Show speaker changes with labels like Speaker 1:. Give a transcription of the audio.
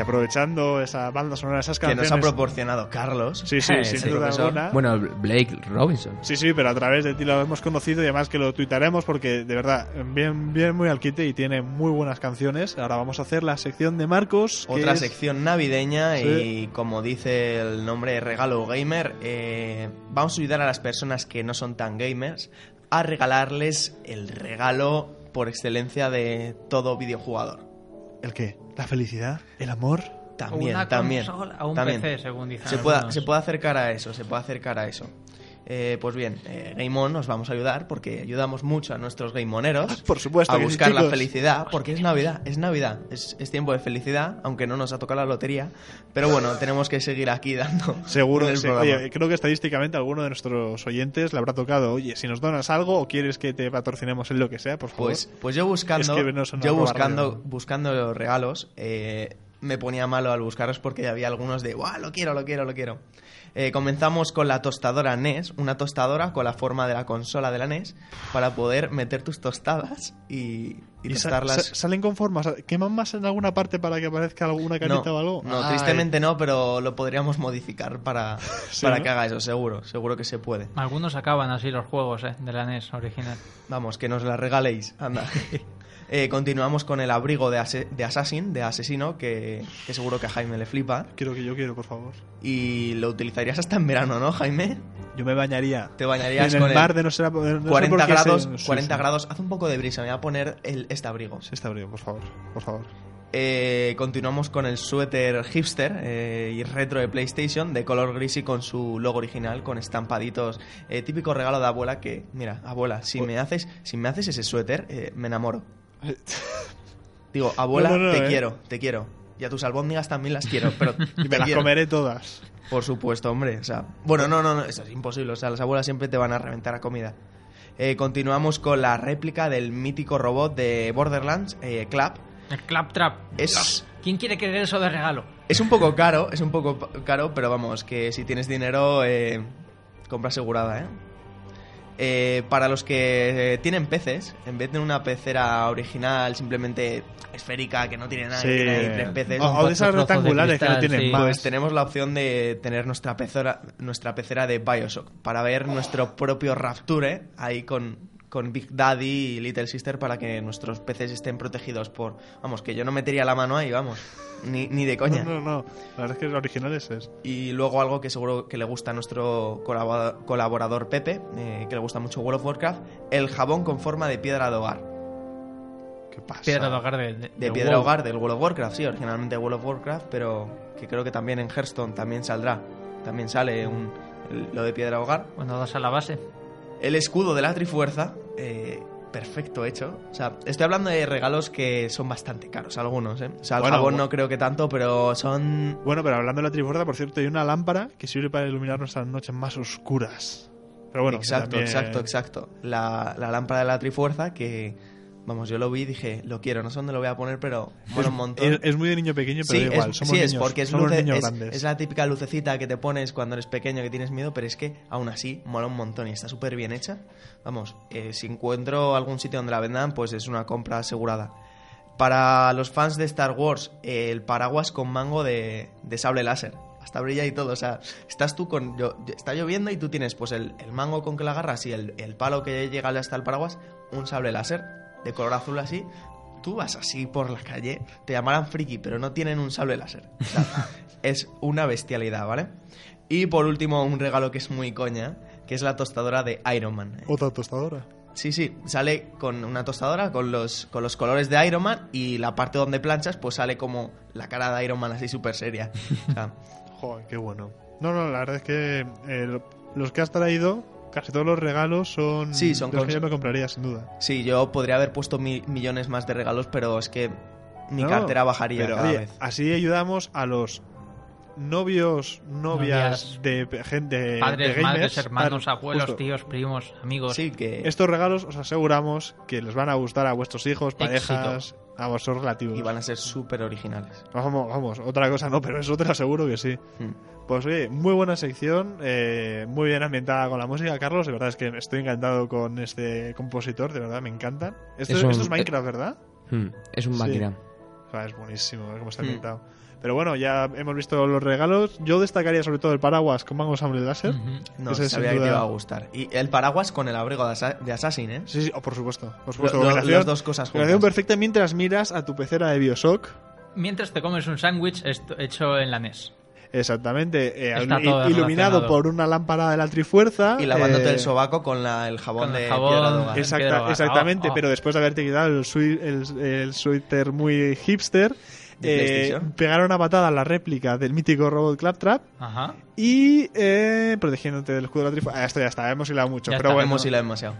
Speaker 1: aprovechando esa banda sonora, esas
Speaker 2: que
Speaker 1: canciones.
Speaker 2: nos ha proporcionado Carlos.
Speaker 1: Sí, sí,
Speaker 3: Ese
Speaker 1: sin duda
Speaker 3: profesor.
Speaker 1: alguna.
Speaker 3: Bueno, Blake Robinson.
Speaker 1: Sí, sí, pero a través de ti lo hemos conocido y además que lo tuitaremos porque de verdad, bien, bien muy al quite y tiene muy buenas canciones. Ahora vamos a hacer la sección de Marcos. que
Speaker 2: Otra
Speaker 1: es-
Speaker 2: sección navideña
Speaker 1: Sí.
Speaker 2: y como dice el nombre Regalo Gamer, eh, vamos a ayudar a las personas que no son tan gamers a regalarles el regalo por excelencia de todo videojugador.
Speaker 1: ¿El qué? ¿La felicidad? ¿El amor?
Speaker 2: También,
Speaker 4: una
Speaker 2: también.
Speaker 4: consola o un
Speaker 2: también.
Speaker 4: PC, según dicen
Speaker 2: se, pueda-
Speaker 4: algunos.
Speaker 2: se puede acercar a eso, se puede acercar a eso. Eh, pues bien, eh, Game On nos vamos a ayudar porque ayudamos mucho a nuestros gameoneros
Speaker 1: Ah, Por supuesto
Speaker 2: a
Speaker 1: que sí,
Speaker 2: buscar la
Speaker 1: chicos.
Speaker 2: felicidad, porque es Navidad, es Navidad, es, es tiempo de felicidad, aunque no nos ha tocado la lotería, pero bueno, tenemos que seguir aquí dando.
Speaker 1: Seguro
Speaker 2: en
Speaker 1: que
Speaker 2: el
Speaker 1: sí.
Speaker 2: programa.
Speaker 1: Oye, creo que estadísticamente alguno de nuestros oyentes le habrá tocado, oye, si nos donas algo o quieres que te patrocinemos en lo que sea, por favor.
Speaker 2: Pues, pues yo buscando,
Speaker 1: Es que no son
Speaker 2: yo
Speaker 1: arroba
Speaker 2: buscando,
Speaker 1: radio.
Speaker 2: buscando los regalos, eh, me ponía malo al buscarlos porque había algunos de, ¡guau! Lo quiero, lo quiero, lo quiero. Eh, comenzamos con la tostadora NES, una tostadora con la forma de la consola de la NES para poder meter tus tostadas y, y
Speaker 1: Y sa-
Speaker 2: tostarlas.
Speaker 1: sa- salen con formas, queman más en alguna parte para que aparezca alguna
Speaker 2: No,
Speaker 1: carita o algo.
Speaker 2: no,
Speaker 1: Ay.
Speaker 2: tristemente no, pero lo podríamos modificar para,
Speaker 1: Sí,
Speaker 2: para
Speaker 1: ¿no?
Speaker 2: que haga eso, seguro, seguro que se puede.
Speaker 4: Algunos acaban así los juegos eh, de la NES original.
Speaker 2: Vamos, que nos la regaléis. Anda. Eh, continuamos con el abrigo de, ase- de Assassin, de Asesino, que, que seguro que a Jaime le flipa.
Speaker 1: Quiero que yo quiero, por favor.
Speaker 2: Y lo utilizarías hasta en verano, ¿no, Jaime?
Speaker 1: Yo me bañaría.
Speaker 2: Te bañarías
Speaker 1: en
Speaker 2: con
Speaker 1: el
Speaker 2: él.
Speaker 1: mar de no será de no sé
Speaker 2: 40
Speaker 1: por qué se-
Speaker 2: grados,
Speaker 1: sí,
Speaker 2: 40
Speaker 1: sí.
Speaker 2: grados. Haz un poco de brisa, me voy a poner el, este abrigo.
Speaker 1: Sí, está abrigo, por favor, por favor.
Speaker 2: Eh, continuamos con el suéter hipster eh, y retro de PlayStation de color gris y con su logo original con estampaditos. Eh, típico regalo de abuela que, mira, abuela, si
Speaker 1: Oh.
Speaker 2: me haces, si me haces ese suéter, eh, me enamoro. Digo, abuela,
Speaker 1: No, no, no,
Speaker 2: te
Speaker 1: eh.
Speaker 2: quiero, te quiero. Y a tus albóndigas también las quiero, pero
Speaker 1: Y
Speaker 2: te
Speaker 1: me las
Speaker 2: quiero.
Speaker 1: comeré todas.
Speaker 2: Por supuesto, hombre. O sea, bueno, no, no, no, eso es imposible. O sea, las abuelas siempre te van a reventar a comida. Eh, continuamos con la réplica del mítico robot de Borderlands, eh, Clap.
Speaker 4: El Claptrap.
Speaker 2: Es,
Speaker 4: ¿Quién quiere querer eso de regalo?
Speaker 2: es un poco caro, es un poco pa- caro, pero vamos, que si tienes dinero, eh, compra asegurada, ¿eh? Eh, para los que eh, tienen peces, en vez de una pecera original, simplemente esférica, que no tiene nada, que
Speaker 1: Sí.
Speaker 2: tiene ahí tres peces.
Speaker 1: O, o de esas
Speaker 4: Trozos de
Speaker 1: rectangulares que no
Speaker 4: cristal,
Speaker 1: tienen
Speaker 4: sí.
Speaker 1: más.
Speaker 2: Pues tenemos la opción de tener nuestra pecera, nuestra pecera de Bioshock para ver nuestro propio Rapture ¿eh? ahí con, con Big Daddy y Little Sister para que nuestros peces estén protegidos por... Vamos, que yo no metería la mano ahí, vamos. Ni, ni de coña.
Speaker 1: No, no, no. La verdad es que el original es ese.
Speaker 2: Y luego algo que seguro que le gusta a nuestro colabora- colaborador Pepe, eh, que le gusta mucho World of Warcraft, el jabón con forma de piedra de hogar.
Speaker 1: ¿Qué pasa?
Speaker 4: Piedra de hogar de,
Speaker 2: De
Speaker 4: de- de
Speaker 2: piedra
Speaker 4: WoW.
Speaker 2: hogar del World of Warcraft, sí, originalmente World of Warcraft, pero que creo que también en Hearthstone también saldrá. También sale un, el- lo de piedra hogar.
Speaker 4: Cuando das a la base.
Speaker 2: El escudo de la Trifuerza, eh, perfecto hecho. O sea, estoy hablando de regalos que son bastante caros, algunos, ¿eh? O sea, el
Speaker 1: Bueno,
Speaker 2: jabón
Speaker 1: bu-
Speaker 2: no creo que tanto, pero son.
Speaker 1: Bueno, pero hablando de la trifuerza, por cierto, hay una lámpara que sirve para iluminar nuestras noches más oscuras. Pero bueno,
Speaker 2: exacto,
Speaker 1: también-
Speaker 2: exacto, exacto. La, la lámpara de la Trifuerza que. Vamos, yo lo vi y dije, lo quiero, no sé dónde lo voy a poner, pero mola un montón.
Speaker 1: Es, es muy de niño pequeño, pero
Speaker 2: Sí,
Speaker 1: da igual,
Speaker 2: es,
Speaker 1: somos
Speaker 2: sí, es
Speaker 1: niños,
Speaker 2: porque es,
Speaker 1: somos
Speaker 2: luce-
Speaker 1: niños
Speaker 2: es-
Speaker 1: grandes.
Speaker 2: es la típica lucecita que te pones cuando eres pequeño que tienes miedo, pero es que aún así mola un montón y está súper bien hecha. Vamos, eh, si encuentro algún sitio donde la vendan, pues es una compra asegurada. Para los fans de Star Wars, eh, el paraguas con mango de, de sable láser. Hasta brilla y todo. O sea, estás tú con. yo- yo- está lloviendo y tú tienes pues el, el mango con que la agarras y el, el palo que llega hasta el paraguas, un sable láser de color azul así. Tú vas así por la calle, te llamarán friki, pero no tienen un sable láser. O sea, es una bestialidad, ¿vale? Y por último, un regalo que es muy coña, que es la tostadora de Iron Man.
Speaker 1: Otra tostadora.
Speaker 2: Sí, sí, sale con una tostadora con los, con los colores de Iron Man y la parte donde planchas pues sale como la cara de Iron Man así súper seria. O sea,
Speaker 1: Joder, qué bueno. No, no, la verdad es que eh, los que has traído, casi todos los regalos son,
Speaker 2: Sí, son
Speaker 1: los que
Speaker 2: cons-
Speaker 1: yo me compraría, sin duda.
Speaker 2: sí, yo podría haber puesto mi- millones más de regalos, pero es que mi
Speaker 1: No,
Speaker 2: cartera bajaría
Speaker 1: Pero,
Speaker 2: cada
Speaker 1: oye,
Speaker 2: vez.
Speaker 1: así ayudamos a los novios, novias,
Speaker 4: Novias,
Speaker 1: de pe- gente
Speaker 2: Eh,
Speaker 1: de
Speaker 4: Padres,
Speaker 1: gamers,
Speaker 4: madres, hermanos,
Speaker 1: padres,
Speaker 4: abuelos,
Speaker 1: justo.
Speaker 4: tíos, primos, amigos.
Speaker 2: Sí, que
Speaker 1: Estos regalos os aseguramos que les van a gustar a vuestros hijos, parejas, a vuestros relativos.
Speaker 2: y van a ser súper originales.
Speaker 1: Vamos, vamos, otra cosa no, pero eso te lo aseguro que sí.
Speaker 2: Mm.
Speaker 1: Pues oye, muy buena sección, eh, muy bien ambientada con la música, Carlos. De verdad es que estoy encantado con este compositor, de verdad me encanta. Esto,
Speaker 3: Es un-
Speaker 4: e-
Speaker 1: esto es Minecraft, ¿verdad?
Speaker 3: Hmm, es un
Speaker 1: Sí.
Speaker 3: máquina.
Speaker 1: O sea, es buenísimo, ¿eh? cómo está
Speaker 2: Mm.
Speaker 1: ambientado. Pero bueno, ya hemos visto los regalos. Yo destacaría sobre todo el paraguas con Mango Sable Láser.
Speaker 4: Ujú.
Speaker 2: No,
Speaker 1: Ese, sin
Speaker 2: sabía que te
Speaker 1: duda.
Speaker 2: iba a gustar. Y el paraguas con el abrigo de, Assa- de Assassin, ¿eh?
Speaker 1: Sí, sí, oh, por supuesto. Por supuesto
Speaker 2: Lo- lo-
Speaker 1: relación-
Speaker 2: las dos cosas juntas.
Speaker 1: relación perfecta mientras miras a tu pecera de Bioshock.
Speaker 4: Mientras te comes un sándwich est- hecho en la E NES.
Speaker 1: Exactamente. eh,
Speaker 4: Está
Speaker 1: il-
Speaker 4: todo
Speaker 1: iluminado
Speaker 4: relacionado.
Speaker 1: por una lámpara de la trifuerza.
Speaker 2: Y lavándote
Speaker 1: eh,
Speaker 2: el sobaco con la- el jabón
Speaker 4: con el
Speaker 2: de
Speaker 4: jabón.
Speaker 2: piedra de hogar.
Speaker 4: Es-
Speaker 1: exacta-
Speaker 4: Pedro Barra,
Speaker 1: exactamente,
Speaker 4: oh, oh.
Speaker 1: pero después de haberte quitado el, sui- el, el suéter muy hipster,
Speaker 2: ¿De
Speaker 1: eh,
Speaker 2: PlayStation?
Speaker 1: pegaron una patada a la réplica del mítico robot Claptrap
Speaker 4: Ajá.
Speaker 1: y eh, protegiéndote del escudo de la trifuerza. Ah, esto ya está, hemos hilado mucho,
Speaker 4: Ya
Speaker 1: pero
Speaker 4: está,
Speaker 1: bueno.
Speaker 2: Hemos hilado demasiado.